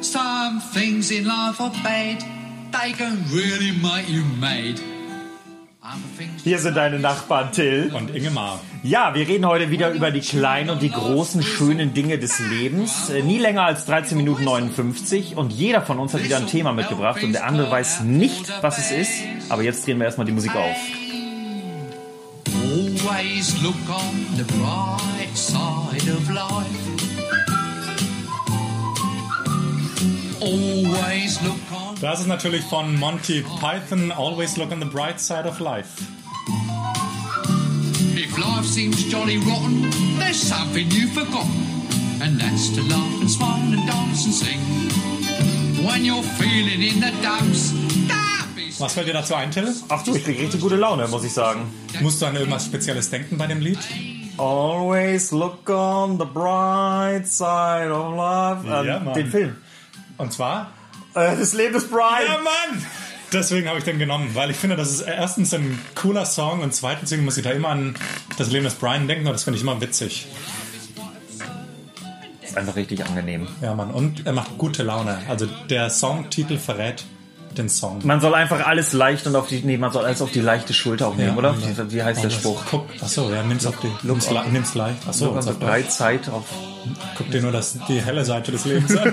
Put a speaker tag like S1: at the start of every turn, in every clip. S1: Some things in life are bad. They can really make you mad. Other things
S2: Hier sind deine Nachbarn Till.
S3: Und Ingemar.
S2: Ja, wir reden heute wieder über die kleinen und die großen schönen Dinge des Lebens. Äh, Nie länger als 13 Minuten 59 und jeder von uns hat wieder ein Thema mitgebracht und der andere weiß nicht, was es ist. Aber jetzt drehen wir erstmal die Musik auf.
S1: Always look on the bright side of life. Always look on.
S3: Das ist natürlich von Monty Python, Always Look on the Bright Side of Life.
S1: If life seems jolly rotten, there's something you've forgotten, and that's to laugh and smile and dance and sing. When you're feeling in the dumps, that be
S3: Was fällt dir dazu ein, Till?
S2: Ach du, ich krieg richtig gute Laune, muss ich sagen.
S3: Musst du an irgendwas Spezielles denken bei dem Lied?
S2: Always look on the bright side of life. Ähm,
S3: Ja, Mann.
S2: den Film.
S3: Und zwar?
S2: Äh, das Leben ist bright.
S3: Ja, Mann! Deswegen habe ich den genommen, weil ich finde, das ist erstens ein cooler Song und zweitens muss ich da immer an das Leben des Brian denken und das finde ich immer witzig.
S2: Ist einfach richtig angenehm.
S3: Ja, Mann. Und er macht gute Laune. Also der Songtitel verrät den Song.
S2: Man soll einfach alles leicht und auf die, nee, man soll alles auf die leichte Schulter auch nehmen, oder? Wie, wie heißt der Spruch?
S3: Guck, achso, ja, nimm's, auf die, nimm's, le- nimm's leicht. Achso,
S2: Look on
S3: und
S2: the
S3: sagt,
S2: bright side of
S3: guck dir nur das, die helle Seite des Lebens an.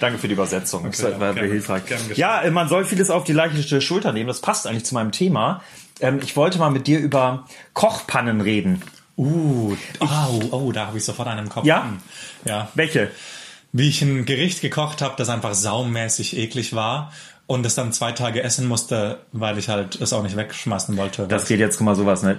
S2: Danke für die Übersetzung. das war
S3: gerne,
S2: hilfreich.
S3: gerne geschehen.
S2: Ja, äh, man soll vieles auf die leichte Schulter nehmen. Das passt eigentlich zu meinem Thema. Ähm, ich wollte mal mit dir über Kochpannen reden.
S3: Uh, oh, oh, da habe ich sofort einen im Kopf. Hm.
S2: Ja?
S3: Ja.
S2: Welche?
S3: Wie ich ein Gericht gekocht habe, das einfach saumäßig eklig war und es dann zwei Tage essen musste, weil ich halt es auch nicht wegschmeißen wollte.
S2: Das geht jetzt mal sowas, ne?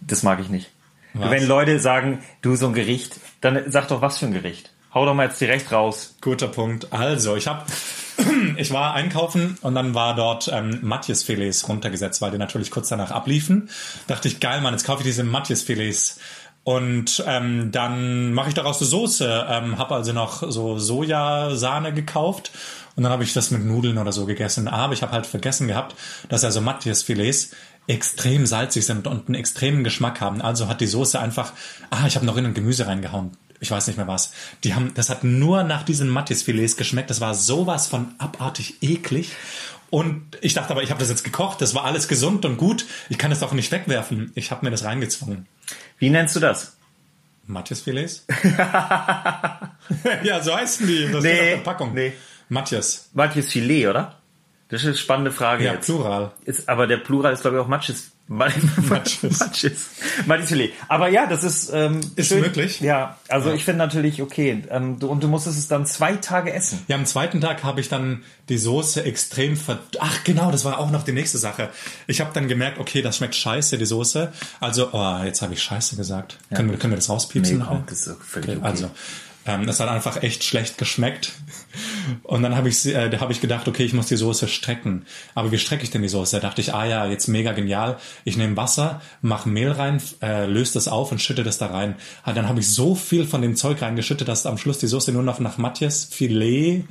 S2: Das mag ich nicht. Wenn Leute sagen, du so ein Gericht, dann sag doch was für ein Gericht. Hau doch mal jetzt direkt raus.
S3: Guter Punkt. Also, ich habe, ich war einkaufen und dann war dort ähm, Matjesfilets runtergesetzt, weil die natürlich kurz danach abliefen. Dachte ich, geil, Mann, jetzt kaufe ich diese Matjesfilets. Und ähm, dann mache ich daraus eine Soße. Ähm, habe also noch so Sojasahne gekauft und dann habe ich das mit Nudeln oder so gegessen. Aber ich habe halt vergessen gehabt, dass also Matjesfilets extrem salzig sind und einen extremen Geschmack haben. Also hat die Soße einfach, ah, ich habe noch in ein Gemüse reingehauen ich weiß nicht mehr was. Die haben, das hat nur nach diesen Mattisfilets geschmeckt. Das war sowas von abartig eklig. Und ich dachte aber, ich habe das jetzt gekocht, das war alles gesund und gut. Ich kann das doch nicht wegwerfen. Ich habe mir das reingezwungen.
S2: Wie nennst du das?
S3: Mattisfilets? ja, so heißen die. Das
S2: Nee,
S3: steht auf der Packung.
S2: nee.
S3: Matthias.
S2: Matjes Filet, oder? Das ist eine spannende Frage
S3: Ja,
S2: jetzt.
S3: Plural.
S2: Ist, aber der Plural ist, glaube ich, auch Matches. Matches.
S3: Matschis.
S2: Matches. Matches Filet. Aber ja, das ist, ähm,
S3: Ist möglich.
S2: Ja, also ich finde natürlich, okay, ähm, du, und du musstest es dann zwei Tage essen.
S3: Ja, am zweiten Tag habe ich dann die Soße extrem ver... Ach genau, das war auch noch die nächste Sache. Ich habe dann gemerkt, okay, das schmeckt scheiße, die Soße. Also, oh, jetzt habe ich scheiße gesagt. können, wir, können wir das rauspiepsen?
S2: Nee, komm,
S3: nachher?
S2: das ist völlig okay.
S3: Also, ähm, das hat einfach echt schlecht geschmeckt. Und dann habe ich, sie- äh, da habe ich gedacht, okay, ich muss die Soße strecken. Aber wie strecke ich denn die Soße? Da dachte ich, ah ja, jetzt mega genial. Ich nehme Wasser, mache Mehl rein, f- äh, löse das auf und schütte das da rein. Ah, dann habe ich so viel von dem Zeug reingeschüttet, dass am Schluss die Soße nur noch nach Matthias Filet,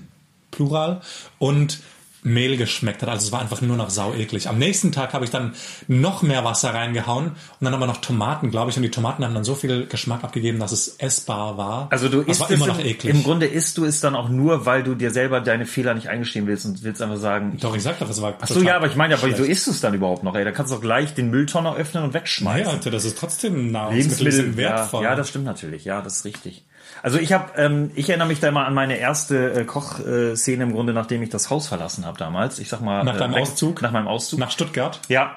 S3: Plural, und Mehl geschmeckt hat. Also es war einfach nur noch sau eklig. Am nächsten Tag habe ich dann noch mehr Wasser reingehauen und dann aber noch Tomaten, glaube ich. Und die Tomaten haben dann so viel Geschmack abgegeben, dass es essbar war.
S2: Also du
S3: das
S2: isst
S3: war
S2: es
S3: immer
S2: im,
S3: noch eklig.
S2: im Grunde isst du es dann auch nur, weil du dir selber deine Fehler nicht eingestehen willst und willst einfach sagen,
S3: Doch, ich sag doch, das war.
S2: Ach so, ja, aber ich meine, aber wieso isst du es dann überhaupt noch? Ey, da kannst du doch gleich den Mülltonner öffnen und
S3: Hey,
S2: wegschmeißen.
S3: Alter, das ist trotzdem Nahrungsmittel die
S2: Lebensmittel
S3: sind
S2: ja,
S3: wertvoll.
S2: ja, das stimmt natürlich. Ja, das ist richtig. Also ich habe, ähm, ich erinnere mich da immer an meine erste äh, Kochszene im Grunde, nachdem ich das Haus verlassen habe damals. Ich sag mal
S3: Nach
S2: äh,
S3: deinem
S2: weg-
S3: Auszug?
S2: Nach meinem Auszug.
S3: Nach Stuttgart.
S2: ja,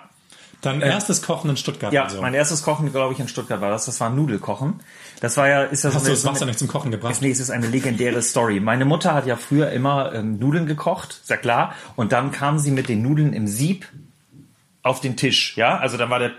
S3: Dein erstes Kochen in Stuttgart.
S2: Äh, ja.
S3: also.
S2: Mein erstes Kochen, glaube ich, in Stuttgart war das. Das war Nudelkochen. Das war ja, ist ja so
S3: Hast du
S2: eine-
S3: das
S2: so eine-
S3: Wasser nicht zum Kochen gebracht?
S2: Nee, es ist eine legendäre Story. Meine Mutter hat ja früher immer ähm, Nudeln gekocht, ist ja klar. Und dann kam sie mit den Nudeln im Sieb auf den Tisch. Ja, also dann war der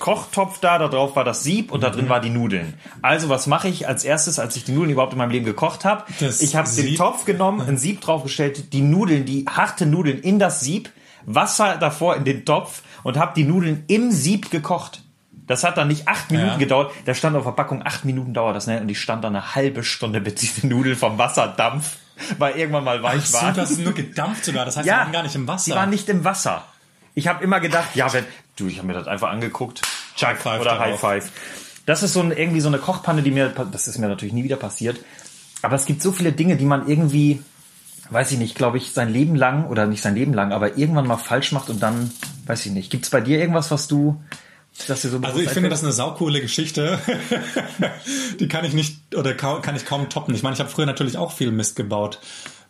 S2: Kochtopf da, da drauf war das Sieb und da
S3: Mhm.
S2: drin war die Nudeln. Also was mache ich als erstes, als ich die Nudeln überhaupt in meinem Leben gekocht habe?
S3: Das
S2: Ich habe den
S3: Sieb-
S2: Topf genommen, ein Sieb draufgestellt, die Nudeln, die harte Nudeln in das Sieb, Wasser davor in den Topf und habe die Nudeln im Sieb gekocht. Das hat dann nicht acht Minuten
S3: Ja.
S2: gedauert. Da stand auf der Packung, acht Minuten dauert das, ne? Und ich stand da eine halbe Stunde, bis diese Nudeln vom Wasserdampf, weil irgendwann mal weich
S3: So,
S2: waren.
S3: das ist nur gedampft sogar. Das heißt, die waren gar nicht im Wasser.
S2: Die waren nicht im Wasser. Ich habe immer gedacht, ja, wenn du, ich habe mir das einfach angeguckt. Chuck
S3: High five
S2: oder
S3: darauf.
S2: High Five. Das ist so ein, irgendwie so eine Kochpanne, die mir, das ist mir natürlich nie wieder passiert. Aber es gibt so viele Dinge, die man irgendwie, weiß ich nicht, glaube ich, sein Leben lang oder nicht sein Leben lang, aber irgendwann mal falsch macht und dann, weiß ich nicht. Gibt es bei dir irgendwas, was du, dass dir so
S3: Also ich
S2: bewusst
S3: finde
S2: einfällt?
S3: das eine saukoole Geschichte. die kann ich nicht oder kaum, kann ich kaum toppen. Ich meine, ich habe früher natürlich auch viel Mist gebaut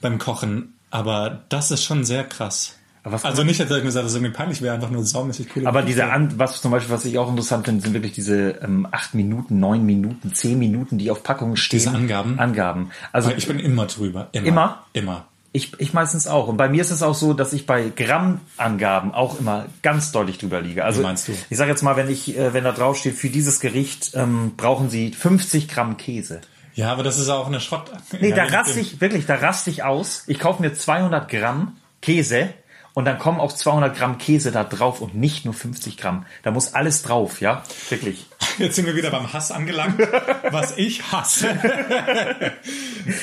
S3: beim Kochen, aber das ist schon sehr krass.
S2: Aber was-
S3: also nicht, dass ich mir sage, dass es irgendwie peinlich wäre, einfach nur saumäßig cool.
S2: Aber diese, An was zum Beispiel, was ich auch interessant finde, sind wirklich diese ähm, acht Minuten, neun Minuten, zehn Minuten, die auf Packungen stehen.
S3: Diese Angaben?
S2: Angaben. Also
S3: ich bin immer drüber. Immer?
S2: Immer?
S3: Immer.
S2: Ich, ich meistens auch. Und bei mir ist es auch so, dass ich bei Grammangaben auch immer ganz deutlich drüber liege. Also
S3: Wie meinst du?
S2: ich sage jetzt mal, wenn ich, äh, wenn da drauf steht, für dieses Gericht ähm, brauchen Sie 50 Gramm Käse.
S3: Ja, aber das ist auch eine Schrott.
S2: Nee,
S3: ja,
S2: da
S3: je
S2: raste
S3: nachdem.
S2: ich wirklich, da raste ich aus. Ich kaufe mir 200 Gramm Käse und dann kommen auch 200 Gramm Käse da drauf und nicht nur 50 Gramm. Da muss alles drauf, ja, wirklich.
S3: Jetzt sind wir wieder beim Hass angelangt, was ich hasse.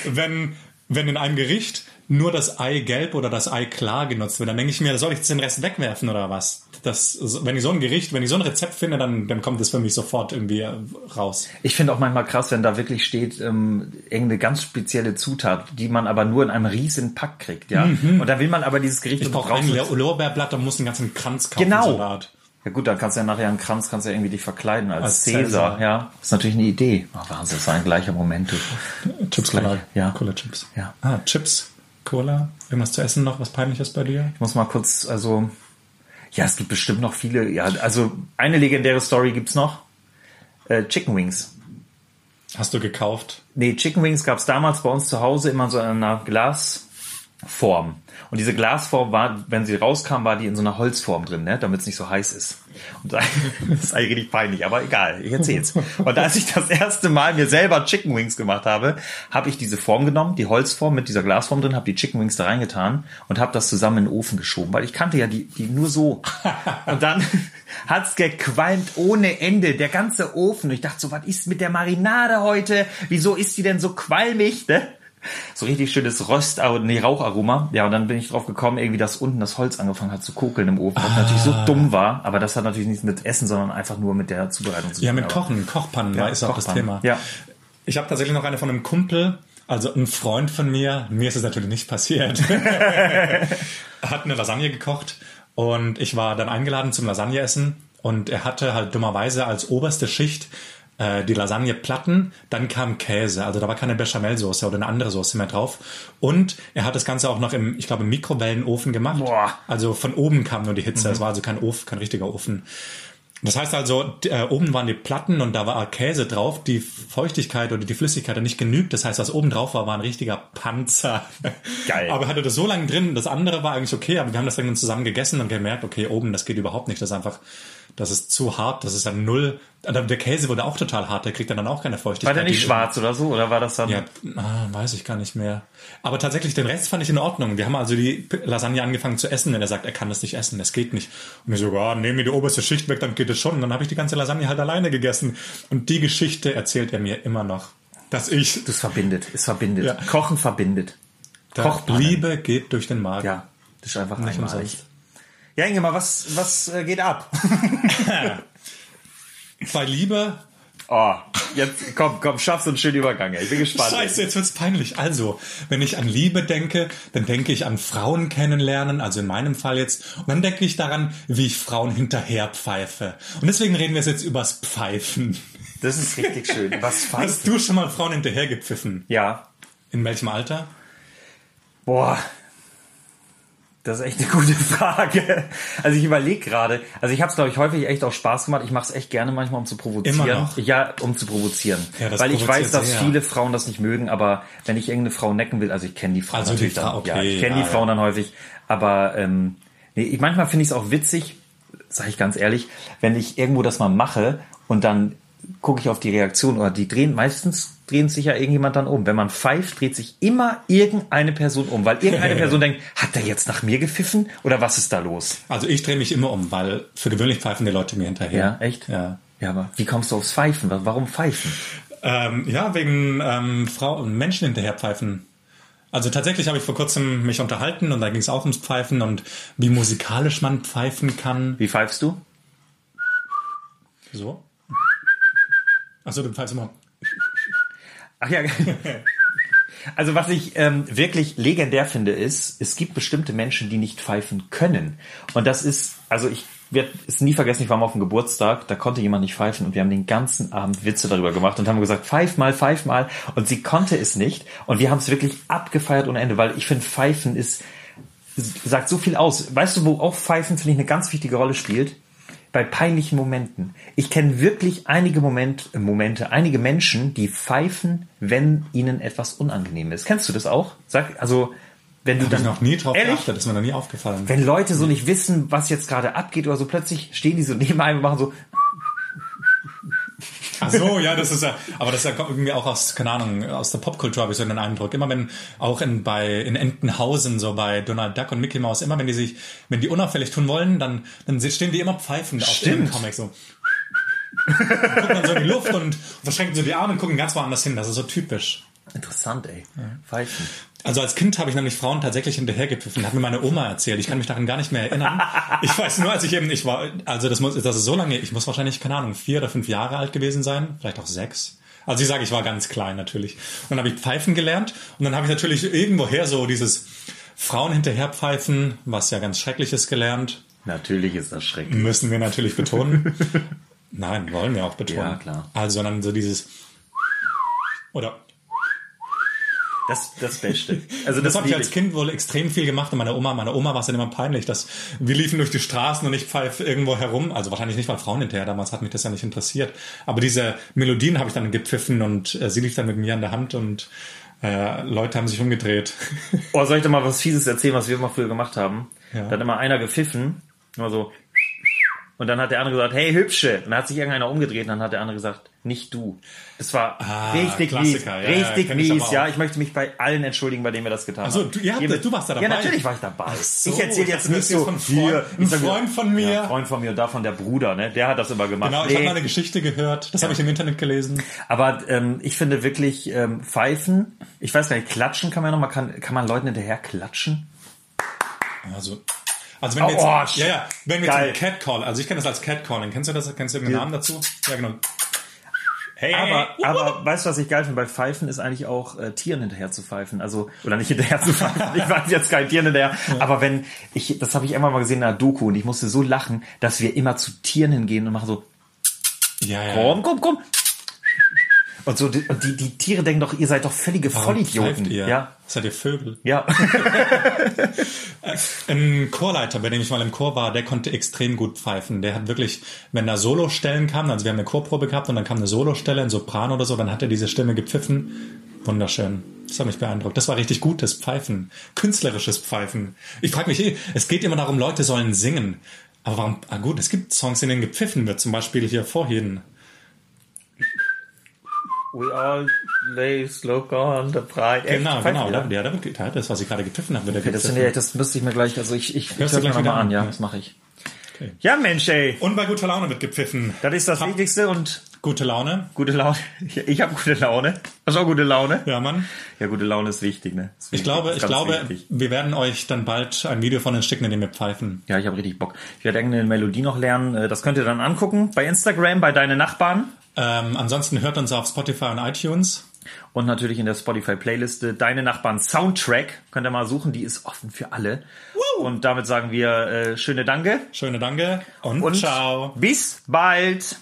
S3: wenn, wenn in einem Gericht nur das Ei gelb oder das Ei klar genutzt wird, dann denke ich mir, soll ich jetzt den Rest wegwerfen oder was? Das, wenn ich so ein Gericht, wenn ich so ein Rezept finde, dann, dann kommt das für mich sofort irgendwie raus.
S2: Ich finde auch manchmal krass, wenn da wirklich steht, ähm, irgendeine ganz spezielle Zutat, die man aber nur in einem riesen Pack kriegt, ja. Und dann will man aber dieses Gericht
S3: Mhm. Ich brauche ein
S2: brauchst-
S3: Lor- Lorbeerblatt und muss einen ganzen Kranz kaufen.
S2: Genau.
S3: Salat.
S2: Ja gut, dann kannst du ja nachher einen Kranz, kannst du ja irgendwie dich verkleiden als,
S3: Als
S2: Cäsar,
S3: Cäsar.
S2: ja. Ist natürlich eine Idee. Oh, Wahnsinn, das war ein gleicher Moment. Du.
S3: Chips Cola.
S2: Ja.
S3: Cola Chips.
S2: Ja.
S3: Ah, Chips, Cola. Irgendwas zu essen noch, was peinliches bei dir?
S2: Ich muss mal kurz, also, ja, es gibt bestimmt noch viele, ja, also eine legendäre Story gibt's noch. Äh, Chicken Wings.
S3: Hast du gekauft?
S2: Nee, Chicken Wings gab's damals bei uns zu Hause immer so in einer Glasform. Und diese Glasform war, wenn sie rauskam, war die in so einer Holzform drin, ne? damit es nicht so heiß ist. Und da, das ist eigentlich richtig peinlich, aber egal, ich erzähl's. Und als ich das erste Mal mir selber Chicken Wings gemacht habe, habe ich diese Form genommen, die Holzform mit dieser Glasform drin, habe die Chicken Wings da reingetan und habe das zusammen in den Ofen geschoben, weil ich kannte ja die, die nur so. Und dann hat's gequalmt ohne Ende, der ganze Ofen. Und ich dachte so, was ist mit der Marinade heute? Wieso ist die denn so qualmig? Ne? So richtig schönes Rost, nee, Raucharoma. Ja, und dann bin ich drauf gekommen, irgendwie, dass unten das Holz angefangen hat zu kokeln im Ofen,
S3: Ah.
S2: was natürlich so dumm war. Aber das hat natürlich nichts mit Essen, sondern einfach nur mit der Zubereitung zu tun.
S3: Ja, mit
S2: Aber-
S3: Kochen, Kochpannen war ist auch das
S2: Kochpannen.
S3: Thema.
S2: Ja.
S3: Ich habe tatsächlich noch eine von einem Kumpel, also ein Freund von mir, mir ist es natürlich nicht passiert, hat eine Lasagne gekocht und ich war dann eingeladen zum Lasagneessen und er hatte halt dummerweise als oberste Schicht äh, die Lasagneplatten, dann kam Käse, also da war keine Bechamelsoße oder eine andere Soße mehr drauf und er hat das Ganze auch noch im, ich glaube, im Mikrowellenofen gemacht.
S2: Boah.
S3: Also von oben kam nur die Hitze,
S2: Mhm.
S3: es war also kein Ofen, kein richtiger Ofen. Das heißt also, d- äh, oben waren die Platten und da war Käse drauf. Die Feuchtigkeit oder die Flüssigkeit hat nicht genügt. Das heißt, was oben drauf war, war ein richtiger Panzer.
S2: Geil.
S3: Aber hatte das so lange drin. Das andere war eigentlich okay, aber wir haben das dann zusammen gegessen und gemerkt, okay, oben, das geht überhaupt nicht. Das ist einfach, das ist zu hart. Das ist dann null. Und dann der Käse wurde auch total hart. Der kriegt dann auch keine
S2: War
S3: Feuchtigkeit.
S2: der nicht
S3: Die-
S2: schwarz oder so? Oder war das dann?
S3: ja, ah, weiß ich gar nicht mehr. Aber tatsächlich, den Rest fand ich in Ordnung. Wir haben also die P- Lasagne angefangen zu essen, wenn er sagt, er kann das nicht essen, das geht nicht. Und ich so, ja, nehmen wir die oberste Schicht weg, dann geht es schon. Und dann habe ich die ganze Lasagne halt alleine gegessen. Und die Geschichte erzählt er mir immer noch, dass ich,
S2: Es verbindet, es verbindet.
S3: Ja.
S2: Kochen verbindet.
S3: da,
S2: Kochpannen.
S3: Liebe geht durch den Magen.
S2: Ja, das ist einfach
S3: Nicht
S2: einmalig.
S3: umsonst.
S2: Ja, Inge, mal, was, was äh, geht ab?
S3: Bei Liebe,
S2: Oh, jetzt komm, komm, schaffst du einen schönen Übergang. ey. Ich bin gespannt.
S3: Scheiße, jetzt wird's peinlich. Also, wenn ich an Liebe denke, dann denke ich an Frauen kennenlernen, also in meinem Fall jetzt. Und dann denke ich daran, wie ich Frauen hinterher pfeife. Und deswegen reden wir jetzt übers Pfeifen.
S2: Das ist richtig schön. Was
S3: Hast
S2: fast?
S3: du schon mal Frauen hinterher gepfiffen?
S2: Ja.
S3: In welchem Alter?
S2: Boah. Das ist echt eine gute Frage. Also ich überlege gerade, also ich habe es glaube ich häufig echt auch Spaß gemacht. Ich mache es echt gerne manchmal, um zu provozieren.
S3: Immer noch?
S2: Ja, um zu provozieren.
S3: Ja, das
S2: Weil ich
S3: provoziert
S2: weiß, dass
S3: sehr.
S2: viele Frauen das nicht mögen, aber wenn ich irgendeine Frau necken will, also ich kenne die Frauen
S3: Also die
S2: natürlich dann.
S3: Frau, okay,
S2: ja, ich kenne
S3: ja,
S2: die Frauen
S3: ja.
S2: dann häufig, aber ähm, nee, ich, manchmal finde ich es auch witzig, sage ich ganz ehrlich, wenn ich irgendwo das mal mache und dann gucke ich auf die Reaktion oder die drehen meistens drehen sich ja irgendjemand dann um. Wenn man pfeift, dreht sich immer irgendeine Person um, weil irgendeine Person denkt, hat der jetzt nach mir gepfiffen oder was ist da los?
S3: Also ich drehe mich immer um, weil für gewöhnlich pfeifen die Leute mir hinterher.
S2: Ja, echt?
S3: Ja.
S2: Ja, aber wie kommst du aufs Pfeifen? Wa- Warum pfeifen?
S3: Ähm, ja, wegen ähm, Frauen, Menschen hinterher pfeifen. Also tatsächlich habe ich vor kurzem mich unterhalten und da ging es auch ums Pfeifen und wie musikalisch man pfeifen kann.
S2: Wie pfeifst du?
S3: So. Achso, du pfeifst immer.
S2: Ach ja. Also was ich ähm, wirklich legendär finde, ist, es gibt bestimmte Menschen, die nicht pfeifen können. Und das ist, also ich werde es nie vergessen, ich war mal auf dem Geburtstag, da konnte jemand nicht pfeifen und wir haben den ganzen Abend Witze darüber gemacht und haben gesagt, pfeif mal, pfeif mal. Und sie konnte es nicht und wir haben es wirklich abgefeiert ohne Ende, weil ich finde, pfeifen ist, sagt so viel aus. Weißt du, wo auch pfeifen, finde ich, eine ganz wichtige Rolle spielt? bei peinlichen Momenten. Ich kenne wirklich einige Moment, äh, Momente, einige Menschen, die pfeifen, wenn ihnen etwas unangenehm ist. Kennst du das auch? Sag, also, wenn du
S3: Hab ich
S2: dann
S3: noch nie drauf
S2: Ehrlich?
S3: geachtet, ist mir noch nie aufgefallen.
S2: Wenn Leute so nicht wissen, was jetzt gerade abgeht oder so, plötzlich stehen die so neben einem und machen so,
S3: Ach so, ja, das ist ja, aber das ist ja irgendwie auch aus, keine Ahnung, aus der Popkultur habe ich so den Eindruck. Immer wenn, auch in, bei, in Entenhausen, so bei Donald Duck und Mickey Mouse, immer wenn die sich, wenn die unauffällig tun wollen, dann, dann stehen die immer pfeifend auf
S2: Stimmt.
S3: dem Comic so. Dann gucken dann so in die Luft und verschränken so die Arme und gucken ganz woanders hin. Das ist so typisch.
S2: interessant, ey, pfeifen.
S3: Also als Kind habe ich nämlich Frauen tatsächlich hinterhergepfiffen. Hat mir meine Oma erzählt. Ich kann mich daran gar nicht mehr erinnern. Ich weiß nur, als ich eben, ich war, also das muss, das ist so lange, ich muss wahrscheinlich, keine Ahnung, vier oder fünf Jahre alt gewesen sein, vielleicht auch sechs. Also ich sage, ich war ganz klein natürlich. Und dann habe ich pfeifen gelernt und dann habe ich natürlich irgendwoher so dieses Frauen hinterherpfeifen, was ja ganz schrecklich ist, gelernt.
S2: Natürlich ist das schrecklich.
S3: Müssen wir natürlich betonen. Nein, wollen wir auch betonen.
S2: Ja, klar.
S3: Also dann so dieses oder
S2: Das, das Beste. Also
S3: Das,
S2: das,
S3: habe ich
S2: lieb
S3: als Kind wohl extrem viel gemacht und meine Oma, meine Oma war es dann immer peinlich, dass wir liefen durch die Straßen und ich pfeif irgendwo herum. Also wahrscheinlich nicht, weil Frauen hinterher damals hat mich das ja nicht interessiert. Aber diese Melodien habe ich dann gepfiffen und äh, sie lief dann mit mir an der Hand und äh, Leute haben sich umgedreht. Genau,
S2: Oh, soll ich dir mal was Fieses erzählen, was wir mal früher gemacht haben?
S3: Ja.
S2: Da hat immer einer gepfiffen, immer so. Und dann hat der andere gesagt, hey, hübsche. Und dann hat sich irgendeiner umgedreht und dann hat der andere gesagt, nicht du. Das war
S3: Ah,
S2: richtig mies.
S3: Klassiker. Ja, ja,
S2: richtig
S3: kenn ich aber
S2: mies,
S3: auch.
S2: ja. Ich möchte mich bei allen entschuldigen, bei denen wir das getan
S3: so,
S2: haben.
S3: du- ihr habt-
S2: Jemand-
S3: du warst da
S2: Ja,
S3: dabei.
S2: natürlich war ich dabei.
S3: so,
S2: ich erzähle
S3: ich
S2: jetzt
S3: dachte,
S2: nicht
S3: du
S2: so.
S3: erzählst von Freund-
S2: ich sag
S3: ein
S2: wieder-
S3: Freund von mir.
S2: Ja, Freund von mir und davon der Bruder, ne? Der hat das immer gemacht.
S3: Genau, ich habe
S2: nee.
S3: mal eine Geschichte gehört, das habe ich im Internet gelesen.
S2: Aber ähm, ich finde wirklich ähm, pfeifen, ich weiß gar nicht, klatschen kann man ja noch, man kann, kann man Leuten hinterher klatschen?
S3: Also, also wenn wir
S2: Oh,
S3: jetzt,
S2: sh-
S3: ja, ja, wenn wir jetzt
S2: geil.
S3: einen Catcall, also ich kenne das als Catcalling. Kennst du das? Kennst du den Namen dazu? Ja, genau. Hey,
S2: Aber, aber weißt du, was ich geil finde bei Pfeifen ist eigentlich auch äh, Tieren hinterher zu pfeifen. Also, oder nicht hinterher zu pfeifen. Ich weiß jetzt kein Tieren hinterher. Aber wenn, ich, das habe ich einmal mal gesehen in einer Doku und ich musste so lachen, dass wir immer zu Tieren hingehen und machen so,
S3: ja, ja.
S2: komm, komm, komm. Und so, die- und die, die Tiere denken doch, ihr seid doch völlige
S3: Warum
S2: Vollidioten.
S3: pfeift Ihr?
S2: Ja.
S3: Seid ihr Vögel?
S2: Ja.
S3: Ein Chorleiter, bei dem ich mal im Chor war, der konnte extrem gut pfeifen. Der hat wirklich, wenn da Solostellen kamen, also wir haben eine Chorprobe gehabt und dann kam eine Solostelle, ein Sopran oder so, dann hat er diese Stimme gepfiffen. Wunderschön. Das hat mich beeindruckt. Das war richtig gutes Pfeifen. Künstlerisches Pfeifen. Ich frage mich eh, es geht immer darum, Leute sollen singen. Aber warum, ah gut, es gibt Songs, in denen gepfiffen wird, zum Beispiel hier vorhin.
S2: We all slaves look on the pride. Echt,
S3: Genau,
S2: pfeifen
S3: genau,
S2: wir.
S3: da, ja, da wird, da hat das, was ich gerade gepfiffen habe, wird er
S2: Okay, das,
S3: gepfiffen.
S2: nee, das müsste ich mir gleich, also ich, ich, ich
S3: Hörst du
S2: hör mir nochmal
S3: gleich wieder
S2: an,
S3: an?
S2: ja,
S3: Ja.
S2: das mache ich. Ja, Mensch, ey.
S3: Und bei guter Laune wird gepfiffen.
S2: Das ist das
S3: Hab
S2: Wichtigste und
S3: Gute Laune.
S2: Gute Laune. Ich, ich habe gute Laune. Hast du auch gute Laune?
S3: Ja, Mann.
S2: Ja, gute Laune ist wichtig, ne? Ist
S3: Ich
S2: wichtig,
S3: glaube,
S2: ist
S3: ich
S2: ganz
S3: glaube,
S2: wichtig.
S3: wir werden euch dann bald ein Video von den Stücken, in dem wir pfeifen.
S2: Ja, ich habe richtig Bock. Ich werde irgendeine Melodie noch lernen. Äh, Das könnt ihr dann angucken bei Instagram, bei deinen Nachbarn
S3: Ähm, ansonsten hört uns auf Spotify und iTunes.
S2: und natürlich in der Spotify-Playliste Deine Nachbarn Soundtrack. Könnt ihr mal suchen, die ist offen für alle. Und damit sagen wir äh, schöne Danke
S3: Schöne Danke und,
S2: und
S3: ciao.
S2: bis bald.